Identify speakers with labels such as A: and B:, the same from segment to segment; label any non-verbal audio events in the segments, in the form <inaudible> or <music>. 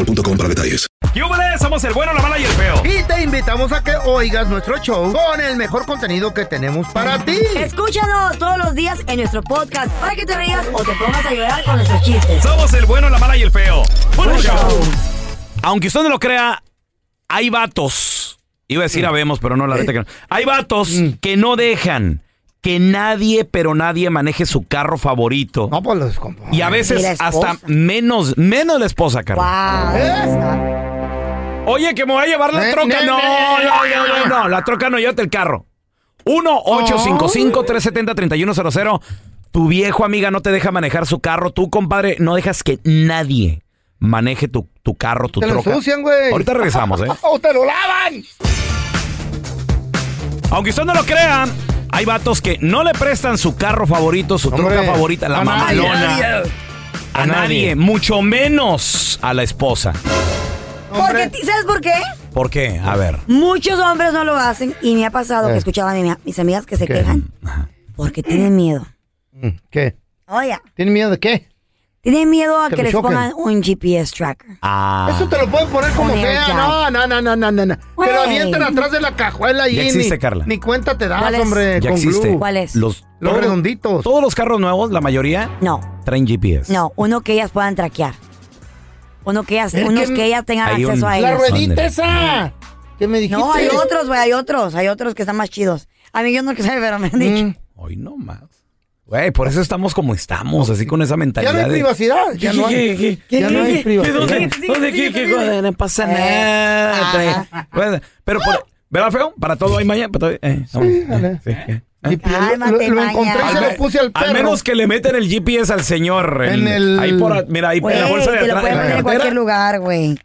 A: punto para detalles.
B: ¡Yúbales! Somos el bueno, la mala y el feo.
C: Y te invitamos a que oigas nuestro show con el mejor contenido que tenemos para ti.
D: Escúchanos todos los días en nuestro podcast para que te rías o te pongas a llorar con nuestros chistes.
B: Somos el bueno, la mala y el feo. ¡Puro show! Aunque usted no lo crea, hay vatos. Iba a
C: Mm.
B: decir habemos, pero no, la neta que
C: Eh.
B: no. Hay vatos que no dejan que nadie, pero nadie maneje su carro favorito.
C: No, pues los compa.
B: Y a
D: Y la
B: veces
D: esposa.
B: hasta menos, menos la esposa, Carlos.
C: Ah,
D: Wow.
B: Oye, que me voy a llevar la
C: Ne-
B: troca.
C: ne-
B: No,
C: ne-
B: no, no, no, no, la troca no, llévate el carro. 1-855-370-3100. Tu viejo amiga no te deja manejar su carro. Tú, compadre, no dejas que nadie maneje tu, tu carro, tu
C: Te lo
B: troca.
C: ensucian, güey. <laughs>
B: Ahorita regresamos, ¿eh?
C: ¡O te lo lavan!
B: Aunque usted no lo crea, hay vatos que no le prestan su carro favorito, su
C: Hombre,
B: troca favorita, la
C: a nadie.
B: mamalona.
D: Ah,
B: A,
C: A
B: nadie.
C: nadie.
B: mucho menos a la esposa.
C: Hombre.
D: Porque, ti- ¿Sabes por qué?
B: ¿Por qué? A ver.
D: Muchos hombres no lo hacen y me ha pasado
C: Eh.
D: que escuchaba a mi- mis amigas que se
C: ¿Qué?
D: quejan porque tienen miedo.
C: ¿Qué?
D: Oye,
C: ¿Tienen miedo de qué?
D: tienen miedo a
C: Que lo
D: que, les
C: choquen.
D: pongan un GPS tracker.
B: Ah.
C: Eso te lo pueden poner como
D: Poner
C: sea.
D: ya.
C: No, no, no, no, no, no, no. Te lo
D: Güey.
C: avientan atrás de la cajuela y
B: Ya existe, Carla.
C: Ni cuenta te das,
D: ¿Cuál es?
C: hombre,
B: Ya
C: con
B: existe.
C: glue.
D: ¿Cuál es?
B: Los,
C: Los
B: todos-
C: redonditos.
B: Todos los carros nuevos, la mayoría,
D: No,
B: traen GPS.
D: no, uno que ellas puedan traquear. Uno que ellas,
C: Es
D: unos
C: que
D: que ellas tengan
B: hay un-
D: acceso a
C: La
D: ellos.
C: ruedita
B: Ándale.
C: esa. ¿Qué me dijiste?
D: No, hay otros, güey, hay otros, hay otros que están más chidos. A mí yo no lo sé, pero me han dicho.
C: Mm.
B: Hoy no más. Güey, por eso estamos como estamos, así con esa
C: Ya
B: mentalidad.
C: no hay
B: de-
D: ah,
C: privacidad. Ya no hay, ya no hay privacidad.
B: ¿Dónde qué, qué cosa? No
D: Ah,
B: pasa nada. trae- Bueno, Pero, por, ¿verdad, feo? Para todo hay mañana. Para todo, eh, vamos, eh,
C: dale.
B: sí, eh.
C: Y pues, lo-
D: Cálmate,
C: lo, lo encontré y
D: maña.
C: se lo
B: me-
C: puse al perro.
B: al menos que le meten el GPS al señor.
C: En el-
B: Ahí por, a- mira, ahí
D: Güey,
B: en la bolsa de
D: te
B: atrás.
D: lo pueden
B: en la
D: poner en
B: cartera.
D: cualquier lugar, güey.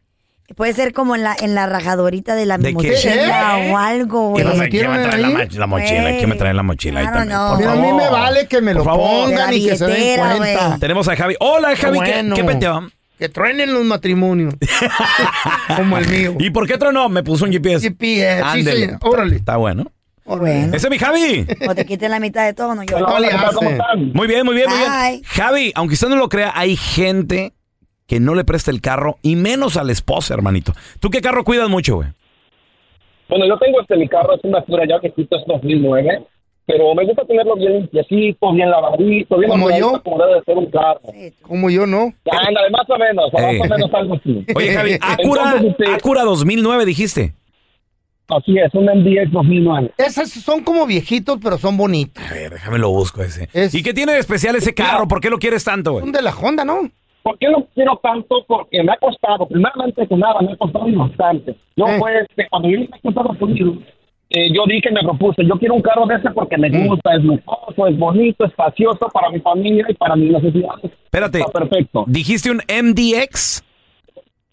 D: Puede ser como en la, en la rajadorita de la
B: ¿De qué? ¿Eh?
D: mochila o algo,
B: Y
D: güey.
B: no sé,
C: ¿Me
B: ¿quién va a
C: metieron
B: traer la,
C: ahí?
B: ma- la mochila? ¿Quién me trae la mochila? Ahí
D: Claro,
B: también,
D: no.
B: por
C: Mira, a mí
B: favor.
C: me vale que me lo
B: Por favor.
C: pongan y que se den
D: billetera,
C: cuenta.
D: güey.
B: Tenemos a Javi. Hola, Javi. ¿qué-
C: Bueno.
B: ¿Qué, peteo?
C: Que truenen los matrimonios.
B: <laughs>
C: Como el mío.
B: ¿Y por qué tronó? Me puso un GPS.
C: GPS, sí,
B: Ándele.
C: sí, órale.
B: Está bueno.
D: Bueno,
B: Ese es mi Javi.
D: o te quiten la mitad de todo, no yo.
C: No le hace.
B: Muy bien, muy bien, muy bien.
D: Bye.
B: Javi, aunque usted no lo crea, hay gente que no le presta el carro y menos al esposo, hermanito. ¿Tú qué carro cuidas mucho, güey?
E: Bueno, yo tengo este, mi carro es una pura ya que quito es 2009, pero me gusta tenerlo bien limpiecito, bien lavadito, bien
C: ¿Como
E: amuebladito,
C: yo?
E: como debe de ser un carro.
C: Como yo no.
E: Ya, ándale, más o menos, o más
B: Eh.
E: o menos algo así.
B: Oye, Javi, Acura,
E: <laughs> Entonces, este-
B: Acura 2009 dijiste.
E: Así es, un MDX 2009.
C: Esas son como viejitos, pero son bonitas.
B: A ver, déjame lo busco ese.
C: Es-
B: ¿Y qué tiene de especial ese carro? ¿Por qué lo quieres tanto,
C: Son
B: güey?
C: de la Honda, ¿no?
E: ¿Por qué lo quiero tanto? Porque me ha costado, primeramente que nada, me ha costado bastante. Yo,
C: Eh.
E: pues, este, cuando yo me a Estados Unidos, eh, yo dije, me propuse, yo quiero un carro de ese porque me
C: Mm.
E: gusta, es lujoso, es bonito, espacioso para mi familia y para mis necesidades.
B: Espérate.
E: Está perfecto.
B: Dijiste un MDX.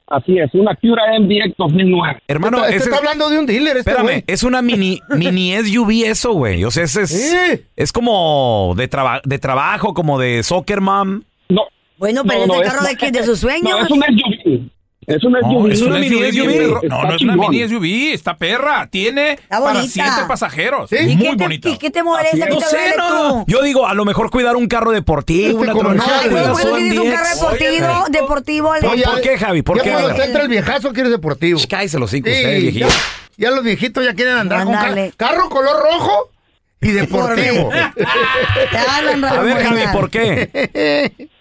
E: Así es, una Cura MDX 2009.
B: Hermano,
C: este, este
B: ese
C: está
B: es-
C: hablando de un dealer, este
B: Espérame,
C: güey.
B: es una
C: <laughs>
B: mini, mini SUV eso, güey. O sea, ese es,
C: Sí.
B: es como de, traba- de trabajo, como de soccer mom.
E: No,
D: Bueno, pero
E: No,
D: es
E: no,
D: el
E: es-
D: carro de, que- de sus
E: no,
D: sueños.
E: es un SUV. Es una
F: No,
E: SUV.
F: es una mini SUV.
E: Está
F: No, no es una
E: chingón.
F: mini SUV. Está perra. Tiene para
D: bonita.
F: siete pasajeros.
C: ¿Sí?
D: ¿Y
F: Muy
D: qué te-
F: bonita.
D: ¿Y qué te molesta? ¿Qué
B: No
D: te
B: sé,
D: duele
B: no.
D: tú?
B: Yo digo, a lo mejor cuidar un carro deportivo,
C: Este
B: una
C: comercial,
B: troca,
D: Ay, güey,
C: Pero
D: ¿por qué
B: son
D: tienes un
B: 10.
D: carro deportivo, deportivo?
B: ¿Por,
C: Oye,
B: por qué, Javi? ¿Por
C: ya
B: qué?
C: cuando
B: A
C: te
B: ver.
C: entra el viejazo, quieres deportivo.
B: Sh, Cállese los cinco, ustedes,
C: Sí, ya,
B: viejito.
C: ya los viejitos ya quieren andar con
D: Ándale.
C: car- carro color rojo
D: <laughs>
C: y deportivo.
D: Te hablan,
B: A ver,
D: Raúl,
B: Javi,
D: nada.
B: ¿por qué?
E: <laughs>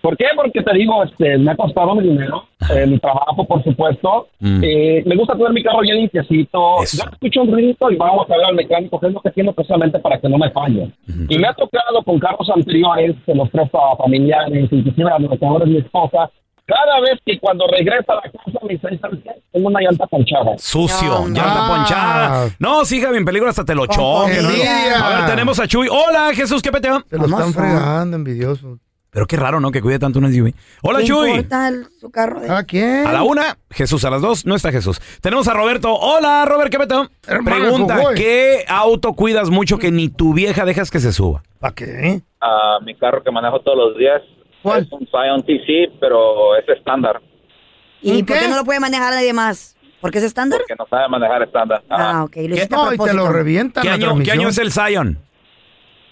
E: ¿Por qué? Porque te digo, este, me ha costado mi dinero, eh, mi trabajo, por supuesto.
B: Mm.
E: Eh, me gusta tener mi carro bien limpiecito.
B: Eso.
E: Ya escucho un ruido y vamos a ver al mecánico qué es lo que tiene precisamente para que no me falle. Y me ha tocado con carros anteriores, se los presto a familiares, inclusive a los ahora es mi esposa. Cada vez que cuando regresa a la casa me dice, "¿Sabes qué? tengo una llanta ponchada.
B: Sucio,
D: No,
B: ya está
C: no.
B: ponchada. No, sí, Javi, en peligro hasta te lo
D: Con
B: choque. ¿no?
C: envidia.
B: A ver, tenemos a Chuy. Hola, Jesús, ¿qué peteo?
C: Se lo
D: Nomás
C: están
D: son.
C: fregando, envidiosos.
B: Pero qué raro, ¿no? Que cuide tanto un SUV. Hola,
D: ¿Qué
B: Chuy.
D: importa el- su carro de-
C: ¿A quién?
B: A la una, Jesús. A las dos, no está Jesús. Tenemos a Roberto. Hola, Robert, ¿qué peteo?
C: Hermano,
B: Pregunta,
C: voy.
B: ¿qué auto cuidas mucho que ni tu vieja dejas que se suba?
C: ¿Para qué?
G: a mi carro que manejo todos los días.
C: ¿Cuál?
G: Es un Scion TC, pero es estándar,
D: ¿Y
C: ¿Un
D: por
C: qué?
D: qué no lo puede manejar nadie más? ¿Porque es estándar?
G: que no sabe manejar estándar.
D: Ah,
G: Ajá.
D: ok. Lo hiciste a
C: No, y te
D: propósito.
C: lo revientan
B: ¿Qué
C: la
B: año, qué
C: transmisión.
B: año es el Scion?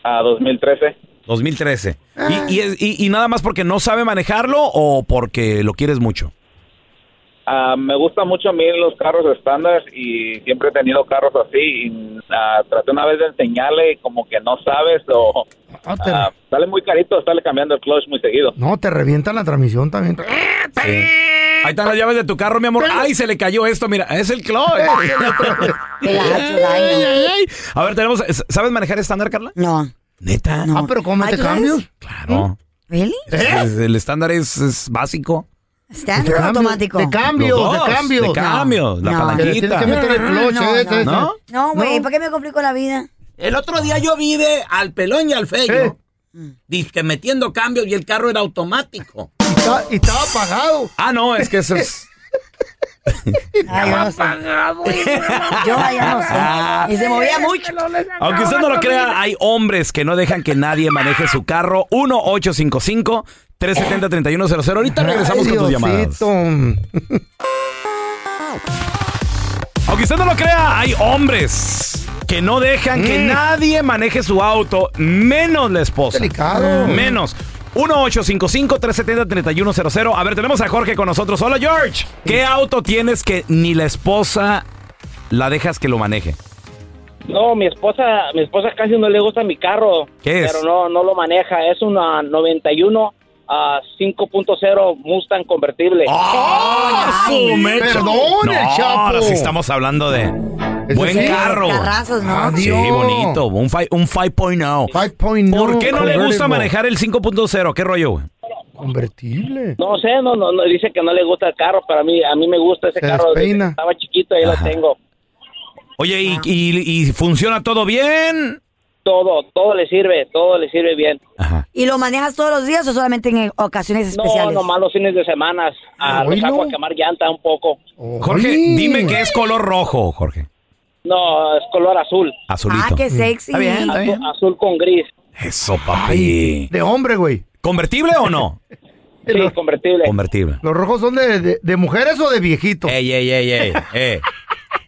G: A 2013.
B: 2013.
C: Ah.
B: ¿Y, y, es- y- y nada más porque no sabe manejarlo o porque lo quieres mucho?
G: Ah, me gusta mucho a mí los carros estándar y siempre he tenido carros así. Y, ah, traté una vez de enseñarle y como que no sabes o
C: No, te,
G: ah, sale muy carito estarle cambiando el clutch muy seguido.
C: no, te revientan la transmisión también.
B: Ahí están las llaves de tu carro, mi amor. ¡Ay, se le cayó esto! Mira, es
C: <laughs>
B: el clutch.
D: El hacho, daño.
B: A ver, tenemos... ¿Sabes manejar estándar, Carla?
D: No.
B: ¿Neta?
D: No.
C: Ah, pero ¿Mm? ¿Eh? ¿cómo
D: Ay,
C: te
D: ¿tú sabes?
C: cambios?
B: Claro.
D: ¿Really?
B: Es- El estándar es, es básico.
C: De
D: Estándar o
C: cambios,
D: automático.
C: De cambios,
B: Los dos,
C: de cambios.
B: de cambios, la
D: No. Ah,
C: Que le tienes
B: palanquita.
C: que meter el clutch, eh, eh,
B: ¿No?
D: No, güey,
C: No.
D: ¿para qué me complico la vida?
H: El otro día yo vi de al pelón y al
C: eh,
H: feo.
D: Mm.
H: Dice que metiendo cambios y el carro era automático.
C: y, ta- y estaba apagado.
B: Ah, no, es que
C: <laughs>
B: eso es...
D: Ay, yo no sé. Yo ya
B: Ah.
D: no sé. Y se movía mucho.
B: Aunque usted no lo crea, hay hombres que no dejan que nadie maneje su carro. 1-855-370-3100. Ahorita regresamos
C: Ay,
B: con tus llamadas.
C: Diosito.
B: Aunque usted no lo crea, hay hombres que no dejan que
C: Mm.
B: nadie maneje su auto, menos la esposa. Mm.
C: Delicado.
B: Menos. 1-855-370-3100. A ver, tenemos a Jorge con nosotros. Hola, George. ¿Qué auto tienes que ni la esposa la dejas que lo maneje?
I: No, mi esposa, mi esposa casi no le gusta mi carro.
B: ¿Qué es?
I: Pero no, no lo maneja. Es una 91 a 5.0 Mustang convertible.
B: ¡Ah,
D: ay,
B: su mecha!
C: perdón,
B: No,
C: el Chapo.
B: ahora sí estamos hablando de
C: Eso
B: buen
C: sí.
B: carro.
D: Carrazos, ¿no?
C: Adiós.
B: Sí, bonito. Un, fi- un 5.0.
C: 5.0
B: ¿Por qué no le gusta
C: convertible.
B: manejar el 5.0? ¿Qué rollo, güey?
C: Convertible.
I: No sé, no, no, no, dice que no le gusta el carro, pero a mí, a mí me gusta ese
C: Se
I: carro. desde
C: despeina.
I: que estaba chiquito, ahí
B: Ajá.
I: lo tengo.
B: Oye, ¿y, y- y funciona todo bien?
I: Todo, todo le sirve, todo le sirve bien.
B: Ajá.
D: ¿Y lo manejas todos los días o solamente en ocasiones
I: No,
D: especiales?
I: nomás los fines de semana. A, Ah, lo
C: Oílo.
I: saco a quemar llanta un poco.
B: Jorge,
C: Oye.
B: dime que es color rojo, Jorge.
I: No, es color azul.
B: Azulito.
D: Ah, qué sexy.
B: Mm. Está bien, está bien.
I: Azul, azul con gris.
B: Eso, papi.
C: De hombre, güey.
B: ¿Convertible
C: <laughs>
B: o no?
I: Sí,
C: Los,
I: convertible.
B: Convertible.
C: los rojos son de, de- de mujeres o de viejitos.
B: Ey, ey, ey,
C: <laughs>
B: ey. ey.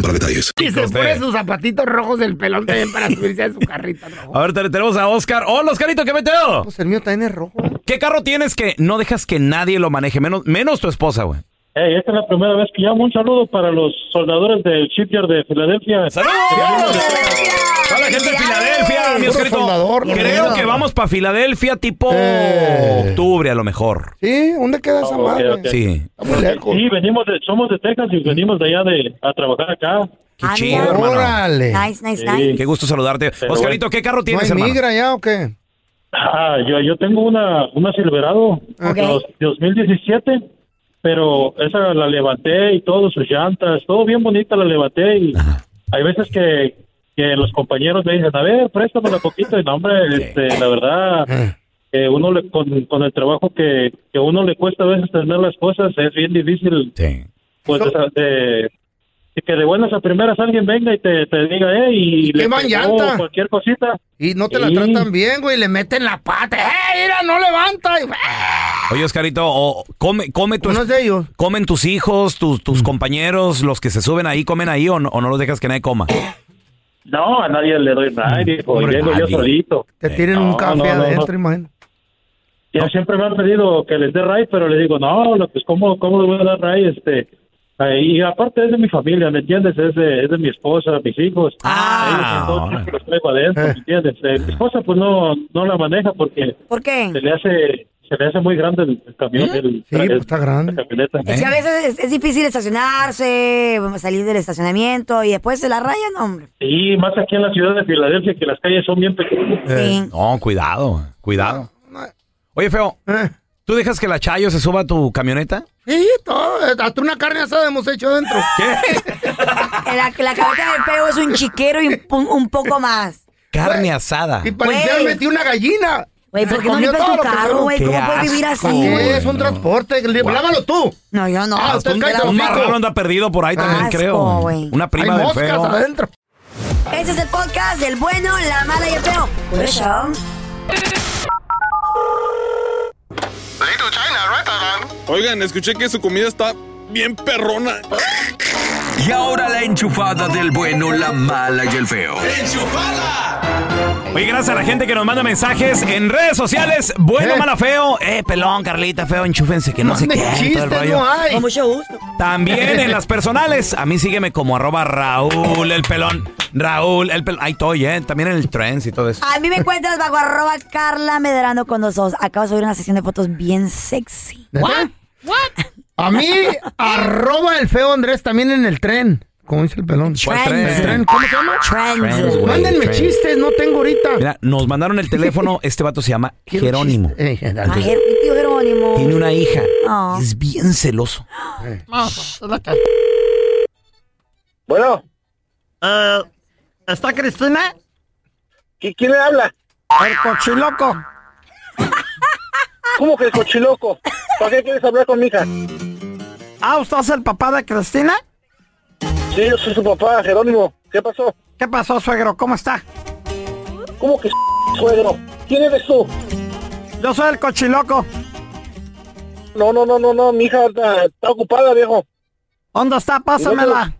A: para detalles.
C: Y se pone sus zapatitos rojos del pelón también para subirse a su carrito. ¿no?
B: A ver, te- tenemos a Oscar. ¡Hola, Oscarito! ¿Qué meteo?
C: Pues el mío también es rojo.
B: ¿Qué carro tienes que no dejas que nadie lo maneje? Menos, menos tu esposa, güey.
J: Hey, esta es la primera vez que llamo. Un saludo para los soldadores del shipyard de Filadelfia.
B: Hola, gente de Filadelfia, mi
C: Puro
B: Oscarito.
C: soldador, la
B: Creo
C: neta.
B: que vamos para Filadelfia tipo octubre a lo mejor.
C: ¿Sí? ¿Dónde queda Eh. Ah, esa madre?
B: Sí.
J: Ah, Sí, venimos de, somos de Texas y venimos de allá de, a trabajar acá.
B: Qué
D: Ah,
B: chido, hermano.
C: Órale.
D: Nice, nice, nice.
B: Qué gusto saludarte.
J: Pero
B: Oscarito,
J: bueno.
B: ¿qué carro tienes,
C: ¿No hay
B: hermano?
C: migra ya o qué?
J: Ah, yo, yo tengo una, una Silverado de dos- 2017, pero esa la levanté y todo, sus llantas, todo bien bonita la levanté y hay veces que, que los compañeros me dicen, a ver, préstamela poquito y no, hombre, este, la verdad, eh, uno le- con, con el trabajo que, que uno le cuesta a veces tener las cosas, es bien difícil. Pues, de, de- de que de buenas a primeras alguien venga y te, te diga, eh, y le
C: Queman
J: pegó pues,
C: llanta.
J: cualquier cosita.
C: Y no te la tratan bien, güey. Le meten la pata. ¡Eh, mira, no levanta! Y- eh,
B: Oye, Oscarito, o come, come tu- ¿Comen tus hijos, tus,
C: Mm.
B: tus compañeros, los que se suben ahí, comen ahí o no, o no los dejas que nadie coma?
J: No, a nadie le doy nadie, hijo,
B: Hombre,
J: llego yo
B: nadie.
J: solito.
C: Te tienen
J: No,
C: un café
J: no, no, no.
C: adentro, imagínate.
J: Ya siempre me han pedido que les dé ray, pero les digo, no, no, pues ¿cómo, cómo le voy a dar ray? Este, eh, y aparte es de mi familia, ¿me entiendes? Es de, es de mi esposa, mis hijos.
B: Ah,
J: Ellos entonces los traigo adentro, ¿me entiendes? Eh, mi esposa pues no, no la maneja porque
D: ¿Por qué? ¿Eh?
J: se le hace, se le hace muy grande el, el camión. El, sí,
C: pues,
J: está grande. La camioneta.
D: Es que a veces es, es difícil estacionarse, salir del estacionamiento y después se la rayan, hombre.
J: Y más aquí en la ciudad de Filadelfia, que las calles son bien pequeñas.
B: No, cuidado, cuidado. Oye, feo,
C: Eh.
B: ¿tú dejas que la Chayo se suba a tu camioneta?
C: Sí, todo. Hasta una carne asada hemos hecho adentro.
B: ¿Qué?
D: La, la cabeza del peo es un chiquero y un, un- un poco más.
B: Carne asada.
C: Y parecía
D: Güey.
C: metí una gallina.
D: Güey, ¿por qué no limpias tu carro, güey? ¿Cómo puedes vivir así?
C: ¿Qué es un transporte. Lávalo tú.
D: No, yo no.
C: Ah, usted
B: Un,
C: cállate
B: un
C: el hocico.
B: marrano anda perdido por ahí también,
D: Asco,
B: creo.
D: güey.
B: Una prima
C: Hay
B: del
C: moscas
B: feo.
C: adentro.
D: Ese es el podcast del bueno, la mala y el feo. Por eso.
K: Oigan, escuché que su comida está bien perrona.
L: Y ahora la enchufada del bueno, la mala y el feo.
B: Oye, gracias a la gente que nos manda mensajes en redes sociales. Bueno, mala, feo. Eh, pelón, Carlita, feo, enchúfense que no sé qué. todo el rollo.
D: Con mucho gusto.
B: También en las personales. A mí sígueme como arroba Raúl el pelón. Raúl el pelón. Ahí estoy, ¿eh? También en el trends y todo
D: <laughs>
B: eso.
D: A mí me encuentras bajo arroba Carla Medrano con dos ojos. Acabo de subir una sesión de fotos bien sexy.
C: ¿What? A
B: <laughs>
C: mí, arroba el feo Andrés también en el tren. Como dice el pelón.
B: ¿Cuál tren?
C: El tren. ¿Cómo se llama?
B: Trends, güey,
C: Mándenme
B: trends.
C: chistes, no tengo ahorita.
B: Mira, nos mandaron el teléfono.
C: <laughs>
B: Este vato se llama
C: Quiero Eh,
B: Jerónimo.
D: Ah, Jer- mi tío Jerónimo.
B: Tiene una hija.
D: Ah.
B: Es bien celoso.
M: Bueno. Ah, ¿Está Cristina? ¿Quién le habla? El cochiloco. <laughs> ¿Cómo que el cochiloco? ¿Para qué quieres hablar con mi hija? Ah, ¿usted es el papá de Cristina? Sí, yo soy su papá, Jerónimo. ¿Qué pasó? ¿Qué pasó, suegro? ¿Cómo está? ¿Cómo que suegro? ¿Quién eres tú? Yo soy el cochiloco. No, no, no, no, no, mi hija está, está ocupada, viejo. ¿Dónde está?
N: Pásamela.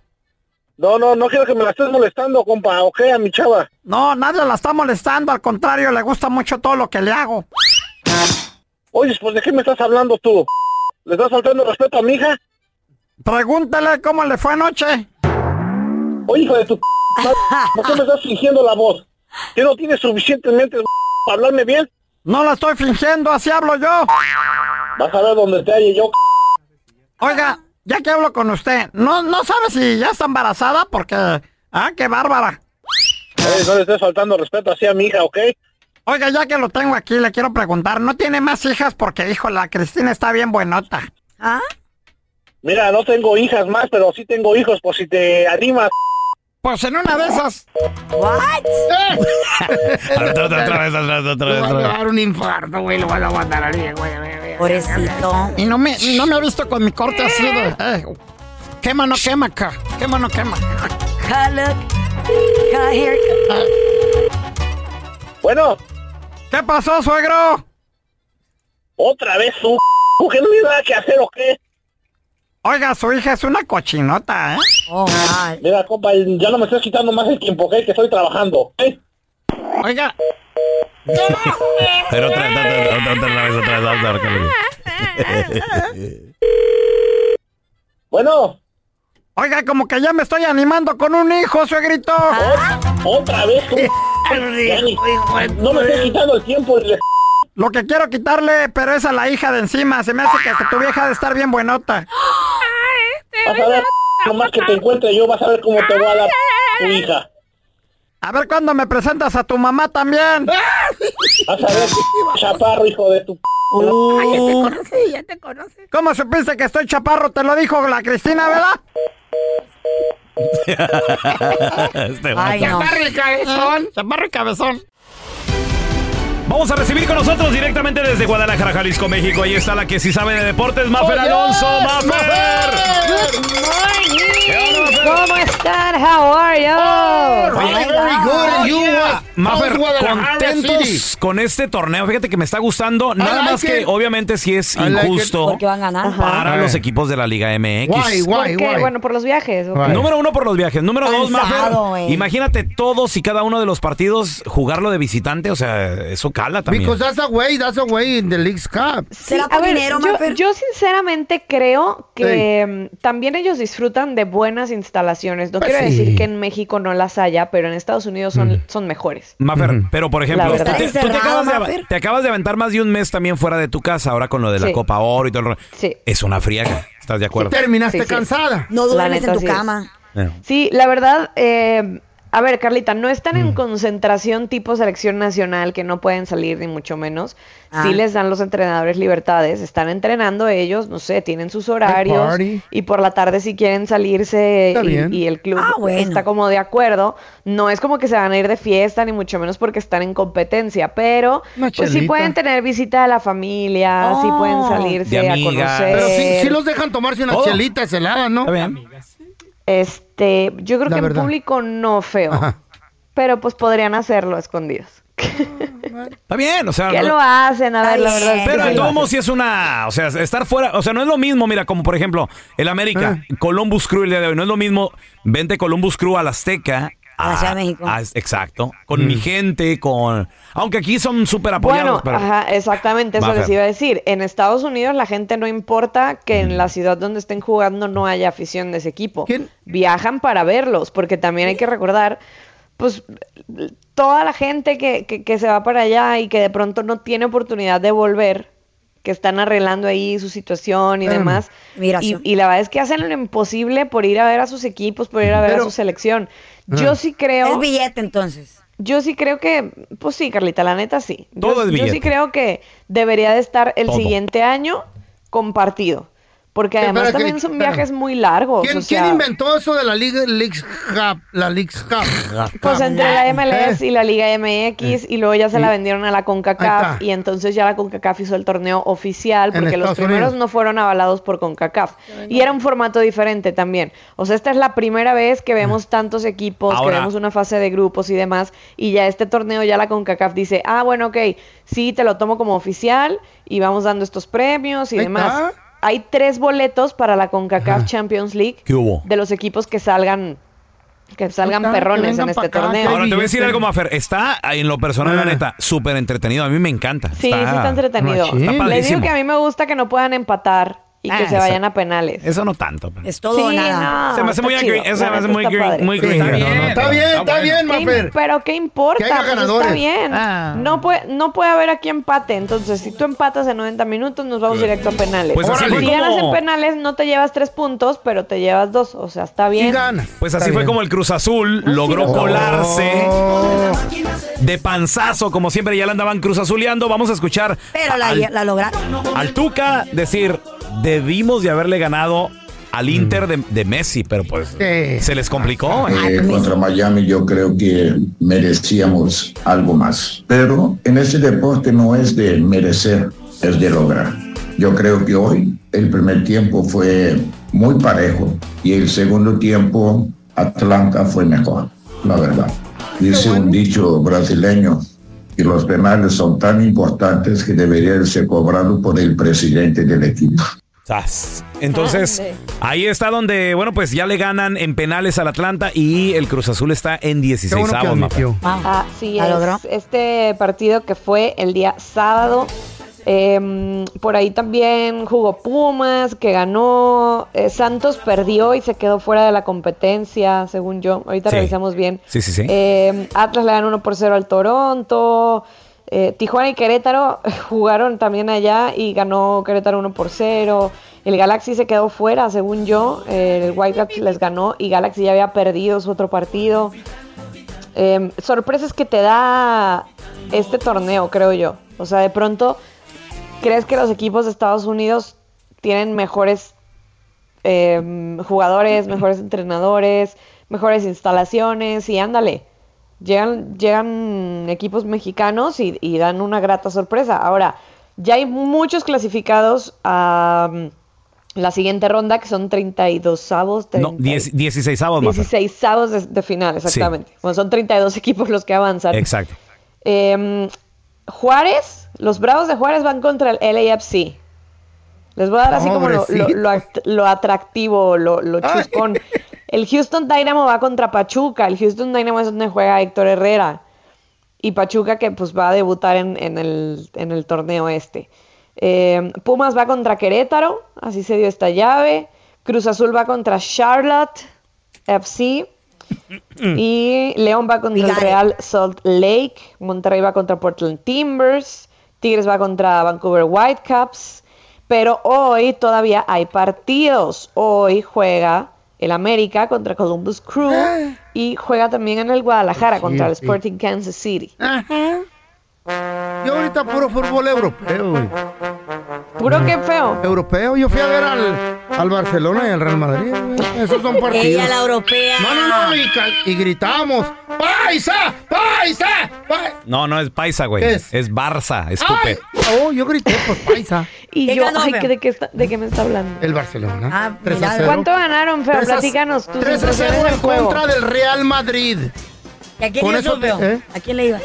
M: No, no, no quiero que me la estés molestando, compa. Ok, a mi chava.
N: No, nadie la está molestando, al contrario, le gusta mucho todo lo que le hago.
M: Oye, pues ¿de qué me estás hablando tú? ¿Le estás faltando respeto a mi hija?
N: Pregúntale cómo le fue anoche.
M: Oye, Oh, hijo de tu... madre, ¿Por qué me estás fingiendo la voz? ¿Que no tienes suficientemente para hablarme bien?
N: No la estoy fingiendo, así hablo yo.
M: Vas a ver dónde te halle yo.
N: Oiga, ya que hablo con usted, no, no sabe si ya está embarazada porque... Ah, qué bárbara.
M: Oye, no le estés faltando respeto así a mi hija, ¿ok?
N: Oiga, ya que lo tengo aquí, le quiero preguntar, ¿no tiene más hijas? Porque, hijo, la Cristina está bien buenota.
D: ¿Ah?
G: Mira, no tengo hijas más, pero sí tengo
M: Pues,
G: hijos, por si te animas.
N: Pues en una de esas.
D: ¿What?
C: Eh,
B: A ver, otra, otra, otra vez, otra vez, otra vez,
N: Le
B: otra vez.
N: va a dar un infarto, güey. Lo vas a aguantar al día, güey. Pobrecito. Y no me, no me ha visto con mi corte así de. eh, quema, no quema acá. Quema, no quema.
G: Bueno.
N: ¿Qué pasó, suegro?
G: Otra vez su que no tiene nada que hacer o qué.
N: Oiga, su hija es una cochinota, ¿eh?
G: Mira, compa, ya no me estás quitando más el tiempo, ¿ok? Que estoy trabajando. ¿ok?
N: Oiga.
B: Pero otra, otra, otra, otra, otra vez, otra vez, vamos a ver qué le-
G: Bueno.
N: Oiga, como que ya me estoy animando con un hijo, suegrito.
G: Ah. Otra vez,
N: <laughs>
G: tú. No me estés quitando el tiempo.
N: Lo que quiero quitarle, pero es a la hija de encima. Se me hace que tu vieja ha de estar bien buenota.
G: Vas a ver, nomás que te encuentre yo, vas a ver cómo te va a dar tu hija.
N: A ver cuándo me presentas a tu mamá también.
G: Vas a ver, chaparro, hijo de tu...
N: Ay, ya te
D: conoce, ya te conoce.
N: ¿Cómo supiste que estoy chaparro? Te lo dijo la Cristina, ¿verdad?
B: <laughs> Este vato.
N: Chaparro y cabezón. Chaparro y cabezón.
B: Vamos a recibir con nosotros directamente desde Guadalajara, Jalisco, México. Ahí está la que sí sabe de deportes, Mafer
O: Oh,
B: Alonso.
O: yes,
B: Mafer.
O: Good morning. ¿Cómo están? How are you?
B: Oye,
O: Oh,
B: yeah.
O: yeah.
B: uh, Mafer,
O: Guadalajara
B: contentos
O: City.
B: con este torneo. Fíjate que me está gustando. Nada
O: like
B: más que,
O: it.
B: obviamente, sí es
O: I like it.
B: injusto
D: Porque van a ganar.
B: para los equipos de la Liga MX.
O: Porque, Bueno, por los viajes. ¿o qué?
B: Número uno por los viajes. Número dos, Mafer.
O: Cansado, güey.
B: Imagínate todos y cada uno de los partidos jugarlo de visitante. O sea, eso cala también.
C: Because that's a way, that's a way in the League's Cup.
O: Sí, a ver, yo, yo sinceramente creo que mm, también ellos disfrutan de buenas instalaciones. No
B: Pues
O: quiero
B: sí.
O: decir que en México no las haya, pero en Estados Unidos son,
B: Mm.
O: son mejores.
B: Mafer, pero por ejemplo,
O: La
B: tú
O: verdad.
B: te,
O: Está
B: tú te
O: encerrado,
B: acabas de,
O: Mafer.
B: av- te acabas de aventar más de un mes también fuera de tu casa, ahora con lo de la
O: Sí.
B: Copa Oro y todo el rollo.
O: Sí.
B: Es una friega, ¿estás de acuerdo?
O: Sí, sí.
D: No
O: La
D: duermes en
O: neta,
D: tu
O: sí.
D: cama.
B: Eh.
O: Sí, la verdad, eh, a ver, Carlita, no están en concentración tipo selección nacional, que no pueden salir ni mucho menos.
D: Ah.
O: Sí les dan los entrenadores libertades, están entrenando ellos, no sé, tienen sus horarios
D: party.
O: y por la tarde si quieren salirse
D: Está bien.
O: y, y el club
D: Ah, bueno.
O: está como de acuerdo. No es como que se van a ir de fiesta ni mucho menos porque están en competencia, pero
C: Una
O: pues sí
C: chelita.
O: pueden tener visita de la familia, sí
D: Oh.
O: pueden salirse a conocer.
C: Pero sí, sí los dejan tomarse unas
O: Todo.
C: chelitas heladas, ¿no?
O: Este, yo creo
C: La
O: que
C: verdad.
O: en público no feo,
C: Ajá.
O: pero pues podrían hacerlo a escondidos.
B: Está bien, o sea.
O: ¿Qué
B: no-
O: lo hacen? A ver, la verdad. es que
B: Pero
O: sí
B: de
O: lo
B: todos
O: hacen.
B: modos sí es una, o sea, estar fuera, o sea, no es lo mismo, mira, como por ejemplo, el América,
O: Ah.
B: Columbus Crew el día de hoy, no es lo mismo, vente Columbus Crew al Azteca.
D: A la
B: a-
D: Ciudad de México.
B: a- exacto, con
C: Mm.
B: mi gente, con... Aunque aquí son súper apoyados.
O: Bueno, ajá, exactamente, eso
B: Mafer.
O: les iba a decir. En Estados Unidos la gente no importa que en la ciudad donde estén jugando no haya afición de ese equipo. Viajan para verlos, porque también hay que recordar, pues, toda la gente que, que- que se va para allá y que de pronto no tiene oportunidad de volver, que están arreglando ahí su situación y
D: Em,
O: demás. Y,
D: migración.
O: y la verdad es que hacen lo imposible por ir a ver a sus equipos, por ir a ver
D: Pero-
O: a su selección. Yo
D: Ah.
O: sí creo...
D: Es billete, entonces.
O: Yo sí creo que, pues sí, Carlita, la neta sí. Yo-
D: Todo es
O: yo,
D: billete.
O: sí creo que debería de estar el
D: Todo.
O: siguiente año compartido. Porque
C: Eh,
O: además
C: pero que-
O: también son
C: pero-
O: viajes muy largos.
C: ¿Quién,
O: o sea,
C: quién inventó eso de la Liga League's Cup? La League's Cup.
O: Pues entre la MLS
C: ¿Eh?
O: y la Liga MX y luego ya se la vendieron a la
C: Ahí
O: CONCACAF
C: está.
O: y entonces ya la CONCACAF hizo el torneo oficial
C: En
O: porque los
C: Estados
O: primeros
C: Unidos.
O: no fueron avalados por CONCACAF y era un formato diferente también. O sea, esta es la primera vez que vemos tantos equipos,
P: Ahora-
O: que vemos una fase de grupos y demás y ya este torneo ya la CONCACAF dice, ah, bueno, ok, sí, te lo tomo como oficial y vamos dando estos premios y
P: Ahí
O: demás.
P: está.
O: Hay tres boletos para la CONCACAF
B: Ajá.
O: Champions League
B: ¿Qué hubo?
O: de los equipos que salgan que salgan
B: está, Pues que
O: perrones
B: vengan
O: en
B: pa'
O: este
B: acá,
O: torneo.
B: Ahora te voy a decir algo, Mafer. Está ah, en lo personal,
C: Ah.
B: la neta, súper entretenido. A mí me encanta.
O: Sí, sí está entretenido.
B: Está
O: Les digo
B: padrísimo.
O: que a mí me gusta que no puedan empatar y que
B: Ah,
O: se vayan
B: eso-
O: a penales.
B: Eso no tanto. pero-
D: Es todo o
O: Sí,
D: nada.
O: no,
B: se me hace muy
O: está chido.
B: green. Eso se
O: La
B: me hace
O: neta
B: muy
O: está
B: green.
O: padre.
B: Muy Ah, green. No, no,
C: Está bien, está bien,
O: ¿Qué im-
C: Mafer.
O: Pero qué importa,
C: Que haya
O: Pues
C: ganadores.
O: está bien.
C: Ah.
O: No, puede, no puede haber aquí empate, entonces si tú empatas en 90 minutos nos vamos directo a penales.
B: Pues así
O: si
B: fue
O: ganas
B: como-
O: en penales no te llevas tres puntos, pero te llevas dos, o sea, está bien.
B: Pues así fue como el Cruz Azul logró colarse de panzazo, como siempre ya la andaban Cruz Azuleando. Vamos a escuchar
D: Pero la,
B: al,
D: la lograron.
B: al Tuca decir, debimos de haberle ganado al Inter de, de Messi, pero pues se les complicó. ¿eh?
P: Eh, contra Miami yo creo que merecíamos algo más. Pero en este deporte no es de merecer, es de lograr. Yo creo que hoy el primer tiempo fue muy parejo y el segundo tiempo Atlanta fue mejor, la verdad. Dice un dicho brasileño que los penales son tan importantes que deberían ser cobrados por el presidente del equipo.
B: Sas. Entonces, ahí está donde, bueno, pues ya le ganan en penales al Atlanta y el Cruz Azul está en 16
C: bueno que admitió.
O: Así
C: ¿La logró?
O: Ah, es. Este partido que fue el día sábado. eh, por ahí también jugó Pumas, que ganó. eh, Santos perdió y se quedó fuera de la competencia, según yo. Ahorita
B: Sí.
O: revisamos bien.
B: Sí, sí, sí.
O: Eh, Atlas le ganó 1 por 0 al Toronto. Eh, Tijuana y Querétaro <laughs> jugaron también allá y ganó Querétaro 1 por 0. El Galaxy se quedó fuera, según yo. Eh, el Whitecaps les ganó y Galaxy ya había perdido su otro partido. Eh, sorpresas que te da este torneo, creo yo. O sea, de pronto, ¿crees que los equipos de Estados Unidos tienen mejores eh,
B: <clears throat>
O: jugadores, mejores entrenadores, mejores instalaciones y ándale. Llegan, llegan equipos mexicanos y, y dan una grata sorpresa. Ahora, ya hay muchos clasificados a mm, la siguiente ronda que son 32 avos,
B: No, 10 16 avos más.
O: 16 avos de, de final, exactamente. Bueno, son 32 equipos los que avanzan.
B: Exacto.
O: Eh, Juárez, los Bravos de Juárez van contra el LAFC. Les voy a dar así como lo, lo-
Q: Pobrecito.
O: lo act- lo atractivo, lo, lo chuscón. El Houston Dynamo va contra Pachuca. El Houston Dynamo es donde juega Héctor Herrera. Y Pachuca que pues va a debutar en, en el, en el torneo este. Eh, Pumas va contra Querétaro. Así se dio esta llave. Cruz Azul va contra Charlotte FC.
C: Mm.
O: Y León va contra el Real Salt Lake, Monterrey va contra Portland Timbers, Tigres va contra Vancouver Whitecaps, pero hoy todavía hay partidos. Hoy juega el América contra Columbus Crew y juega también en el Guadalajara contra el
C: sí.
O: Sporting Kansas City.
C: Yo ahorita puro fútbol europeo. güey.
O: Puro qué feo.
C: Europeo. Yo fui a ver al, al Barcelona y al Real Madrid. güey. Esos son partidos.
D: Ella, la europea.
C: No, no, no. Y, cal- y gritamos. ¡Paisa! ¡Paisa! ¡Paisa!
B: No, no es paisa, güey.
C: ¿Qué
B: Es? Barça, escupe.
C: Oh, yo grité, pues paisa.
O: Y
C: ¿Qué
O: yo,
C: ganó,
O: ay,
C: feo?
O: ¿de, qué está- ¿de qué me está hablando?
C: El Barcelona. Tres a cero.
O: ¿Cuánto ganaron, Feo?
C: Tres a-
O: Platícanos tus
C: 3 a
O: impresiones
C: 0
O: del
C: en
O: juego.
C: contra del Real Madrid.
D: ¿Y a quién
C: Con
D: le
C: eso
D: ibas, feo?
C: te- ¿eh?
D: ¿A quién le ibas?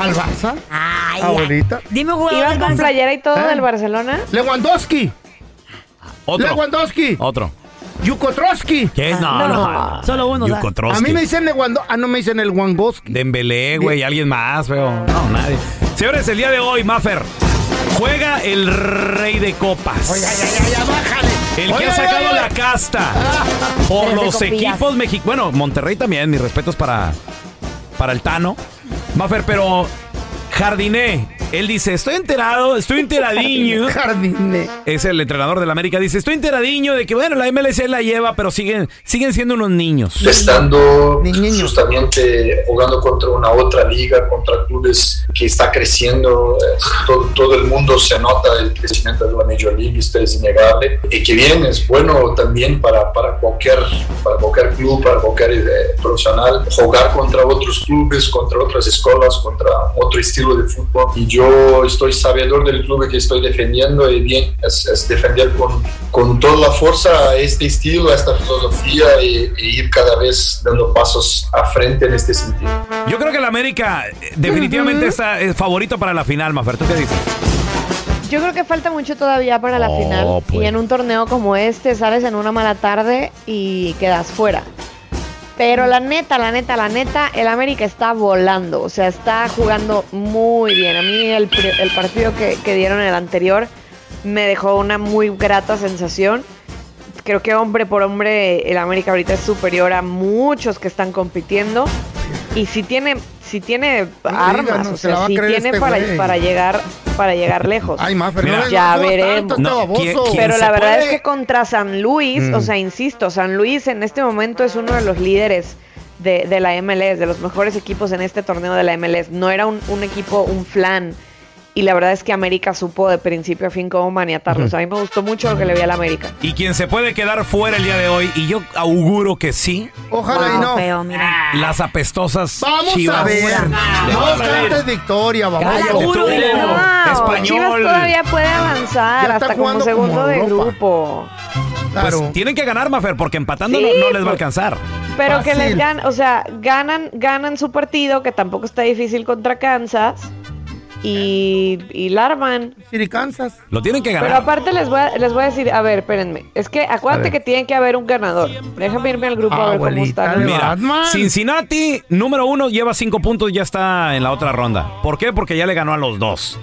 C: Al Barça.
D: Ay,
C: Abuelita.
D: Dime un jugador
O: ¿Ibas
D: del
O: con
D: Barça.
O: playera y todo
C: ¿Eh?
O: del Barcelona?
C: Lewandowski.
B: Otro.
C: Lewandowski.
B: Otro.
C: Yukotrowski.
B: ¿Qué? No, no, no.
C: Solo uno.
B: ¿sabes? Yukotrowski.
C: A mí me dicen Lewandowski. Ah, no me dicen el Wangoski.
B: Dembélé, güey, alguien más, feo. No, nadie. Señores, el día de hoy, Maffer, juega el Rey de Copas. El que
C: Oye,
B: ha
C: oye,
B: sacado
C: oye. <laughs>
B: la casta por
C: Desde
B: los
C: Copillas.
B: equipos mexicanos. Bueno, Monterrey también, mis respetos para, para el Tano. Maffer, pero Jardiné, él dice, estoy enterado,
C: <laughs>
B: estoy enteradiño.
C: Jardiné.
B: Es el entrenador del América, dice, estoy enteradiño de que, bueno, la MLC la lleva, pero siguen, siguen siendo unos niños.
R: estando justamente jugando contra una otra liga, contra clubes que está creciendo, eh, todo, todo el mundo se nota el crecimiento de la Major League, esto es innegable, y que bien es bueno también para, para, cualquier, para cualquier club, para cualquier eh, profesional, jugar contra otros clubes, contra otras escuelas, contra otro estilo de fútbol, y yo estoy sabedor del club que estoy defendiendo, y bien, es, es defender con, con toda la fuerza este estilo, esta filosofía y, y ir cada vez dando pasos a frente en este sentido.
B: Yo creo que el América eh, definitivamente está eh, favorito para la final, Mafer. ¿Tú qué dices?
O: Yo creo que falta mucho todavía para la
B: Oh,
O: final. Y en un torneo como este, sales en una mala tarde y quedas fuera. Pero la neta, la neta, la neta, el América está volando. O sea, está jugando muy bien. A mí el, pri- el partido que, que dieron el anterior me dejó una muy grata sensación. Creo que hombre por hombre el América ahorita es superior a muchos que están compitiendo. Y si tiene, si tiene armas,
C: no,
O: o
C: se la va a
O: sea, si
C: creer
O: tiene
C: este
O: para,
C: güey.
O: para llegar para llegar lejos.
C: Ay, más,
B: Mira.
O: ya
B: no,
O: veremos.
B: tanto, No, este ¿quién- baboso. quién
O: pero
B: se
O: la verdad
B: puede?
O: es que contra San Luis,
B: Mm.
O: o sea, insisto, San Luis en este momento es uno de los líderes de, de la MLS, de los mejores equipos en este torneo de la MLS. No era un, un equipo, un flan Y la verdad es que América supo de principio a fin cómo maniatarlos. A mí me gustó mucho lo que le vi a la América.
B: Y quien se puede quedar fuera el día de hoy, y yo auguro que sí,
C: Ojalá y no.
B: Ah, las apestosas
C: Vamos
B: chivas.
C: a ver. No cantes victoria, vamos
B: Cállate Pues,
C: a ver.
B: tú, dile,
O: No, Chivas todavía puede avanzar
C: Ya está
O: hasta como
C: jugando
O: segundo
C: como
O: de
C: Europa.
O: grupo.
B: Pues tienen que ganar, Mafer, porque empatando
O: Sí,
B: no, no les va a
O: pues.
B: alcanzar.
O: Pero que
B: Fácil.
O: les ganan, o sea, ganan, ganan su partido, que tampoco está difícil contra Kansas, y, y la arman.
C: Sí, Kansas.
B: Lo tienen que
O: Pero
B: ganar.
O: aparte les voy, a, les voy a decir, a ver, espérenme, es que acuérdate
B: A ver.
O: que tiene que haber un ganador. Déjame irme al grupo a ver cómo están.
B: Mira, Cincinnati, número uno, lleva cinco puntos y ya está en la otra ronda. ¿Por qué? Porque ya le ganó a los dos.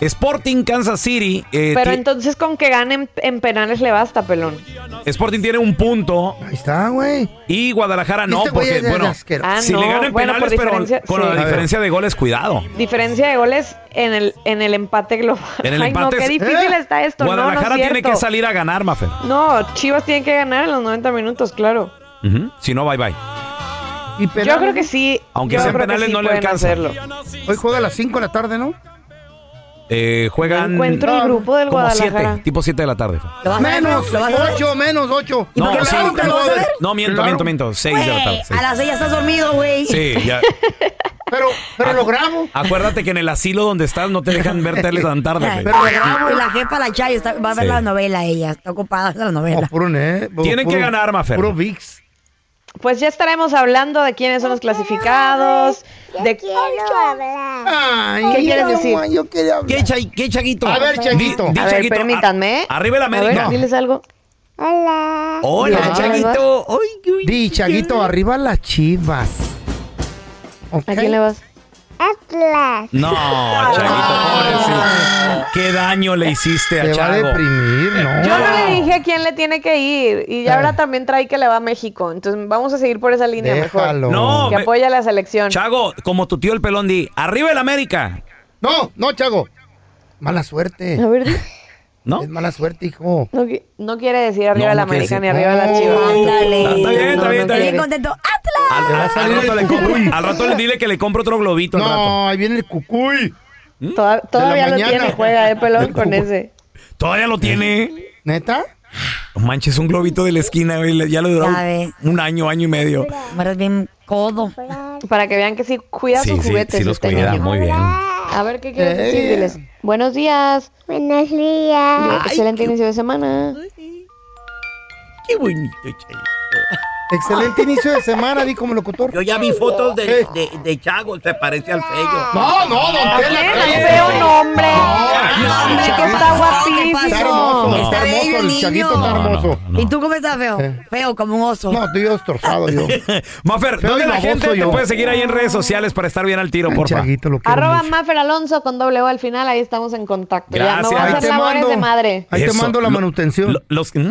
B: Sporting Kansas City. eh,
O: Pero
B: ti-
O: entonces con que ganen en penales le basta, pelón.
B: Sporting tiene un punto.
C: Ahí está, güey.
B: Y Guadalajara no,
O: Este güey
B: porque,
O: es de
B: bueno,
O: asqueroso. Ah,
B: si
O: no.
B: le ganan
O: Bueno, por
B: penales, pero
O: diferencia,
B: con
O: sí. A
B: la
O: ver.
B: diferencia de goles, cuidado.
O: Diferencia de goles en el, en el empate global.
B: En el
O: <laughs> Ay, no,
B: empate
O: qué
B: es-
O: difícil
B: ¿Eh?
O: está esto. No, no es
B: Guadalajara tiene
O: cierto.
B: que salir a ganar, Mafer.
O: No, Chivas tiene que ganar en los 90 minutos, claro.
B: Ujú. Si no, bye bye.
O: Yo creo que sí.
B: Aunque
O: yo
B: sean
O: creo que
B: penales,
O: sí
B: no le
O: pueden
B: alcanza.
O: hacerlo.
C: Hoy juega a las 5 de la tarde, ¿no?
B: Eh, juegan.
C: Encuentro el grupo del
B: como
C: Guadalajara.
B: siete, tipo 7 de la tarde.
C: Menos 8, menos 8.
B: No, sí,
C: Claro que lo vas a ver.
B: no, miento,
C: Claro.
B: miento, miento. 6 de la tarde. sí.
D: A las 6 ya estás dormido, güey.
B: Sí, ya.
C: Pero lo
B: <laughs>
C: grabo.
B: Acuérdate que en el asilo donde estás no te dejan ver tele tan tarde. güey.
D: Y la jefa, la Chay, está- va a ver
B: Sí.
D: la novela ella. Está ocupada de la novela.
B: Tienen que ganar, Mafer.
C: Puro VIX.
O: Pues ya estaremos hablando de quiénes son los clasificados. De... ¿Qué quieres decir?
B: ¿Qué, Chay- qué chaguito?
O: A ver, Chaguito.
B: Di- di
O: A ver,
B: Chaguito,
O: permítanme.
B: a- arriba la
O: A ver,
B: América.
O: diles algo. Hola.
B: Hola, Chaguito.
C: Di, Chaguito, arriba las chivas.
O: ¿A quién le vas? Atlas.
B: No, Chaguito, pobrecito. Qué daño le hiciste a
C: Te va a
B: Chago.
C: deprimir, no.
O: Yo no le dije a quién le tiene que ir. Y ya ahora también trae que le va a México. Entonces vamos a seguir por esa línea
B: Déjalo.
O: mejor.
B: No,
O: Que
B: me-
O: apoya a la selección.
B: Chago, como tu tío el pelón, di, arriba el América.
C: No, no, Chago. Mala suerte.
O: A ver, di.
B: ¿No?
C: Es mala suerte, hijo.
O: No, qui- no quiere decir arriba
C: No,
O: de la
C: no quiere
O: América
C: decir.
O: ni arriba de la
C: No.
O: Chivas.
C: Ándale. Está bien, está
O: No,
C: bien,
O: no
C: está
O: quiere.
C: bien.
D: contento.
C: Ah.
B: Al, al- al rato le compro, al rato le dile que le compro otro globito. al rato.
C: No, ahí viene el cucuy.
H: ¿Mm?
O: Toda- todavía lo
C: mañana.
O: tiene,
C: <laughs>
O: juega de pelón con ese.
B: Todavía lo tiene.
C: ¿Neta?
B: No manches, un globito de la esquina, güey, le- ya le duró un año, año y medio.
D: Eres bien codo.
O: Para que vean que sí cuida
B: Sí,
O: sus
B: sí,
O: juguetes.
B: sí los
O: este
B: cuida,
O: niño.
B: muy bien.
O: A ver, ¿qué quieres
B: Eh.
O: decir? Diles, Buenos días. Buenos días. Excelente inicio de semana.
H: Qué bonito,
C: Excelente inicio de semana, di como locutor.
H: Yo ya vi fotos de, de, de Chago, se parece al
O: Ah.
H: sello.
C: No, no, don Tela,
H: Ay,
C: cállese.
H: feo
O: nombre.
H: No,
D: hombre,
H: Chago.
D: que está guapísimo.
C: Está hermoso, está
D: Está
C: hermoso,
D: bello
C: el
D: el
C: Chaguito
D: niño.
C: está
D: No,
C: hermoso. Eh.
D: ¿Y tú cómo estás, feo? Feo como un oso.
C: No, estoy destrozado yo.
B: <laughs> Mafer,
C: Feo
B: ¿dónde
C: y
B: la
C: baboso
B: gente te
C: yo.
B: puede seguir ahí en redes sociales para estar bien al tiro, porfa?
O: Arroba Mafer Alonso con doble O al final, ahí estamos en contacto. Ya no voy a
B: Gracias. Ahí
O: hacer
B: te
O: labores
B: mando.
O: de madre.
C: Ahí te
B: Eso,
C: mando la
B: lo-
C: manutención.
B: lo- los, ¿Mm?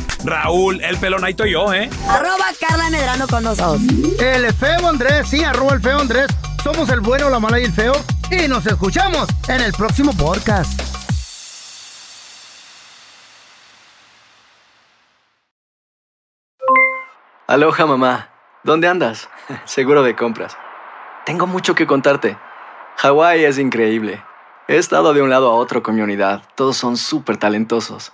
B: Raúl el Pelón, ahí estoy yo, ¿eh?
D: Arroba Carla Medrano con nosotros.
C: El feo Andrés, sí, arroba el feo Andrés. Somos el bueno, la mala y el feo. Y nos escuchamos en el próximo podcast.
S: Aloha mamá, ¿dónde andas? <laughs> Seguro de compras. Tengo mucho que contarte. Hawái es increíble. He estado de un lado a otro con mi unidad. Todos son súper talentosos.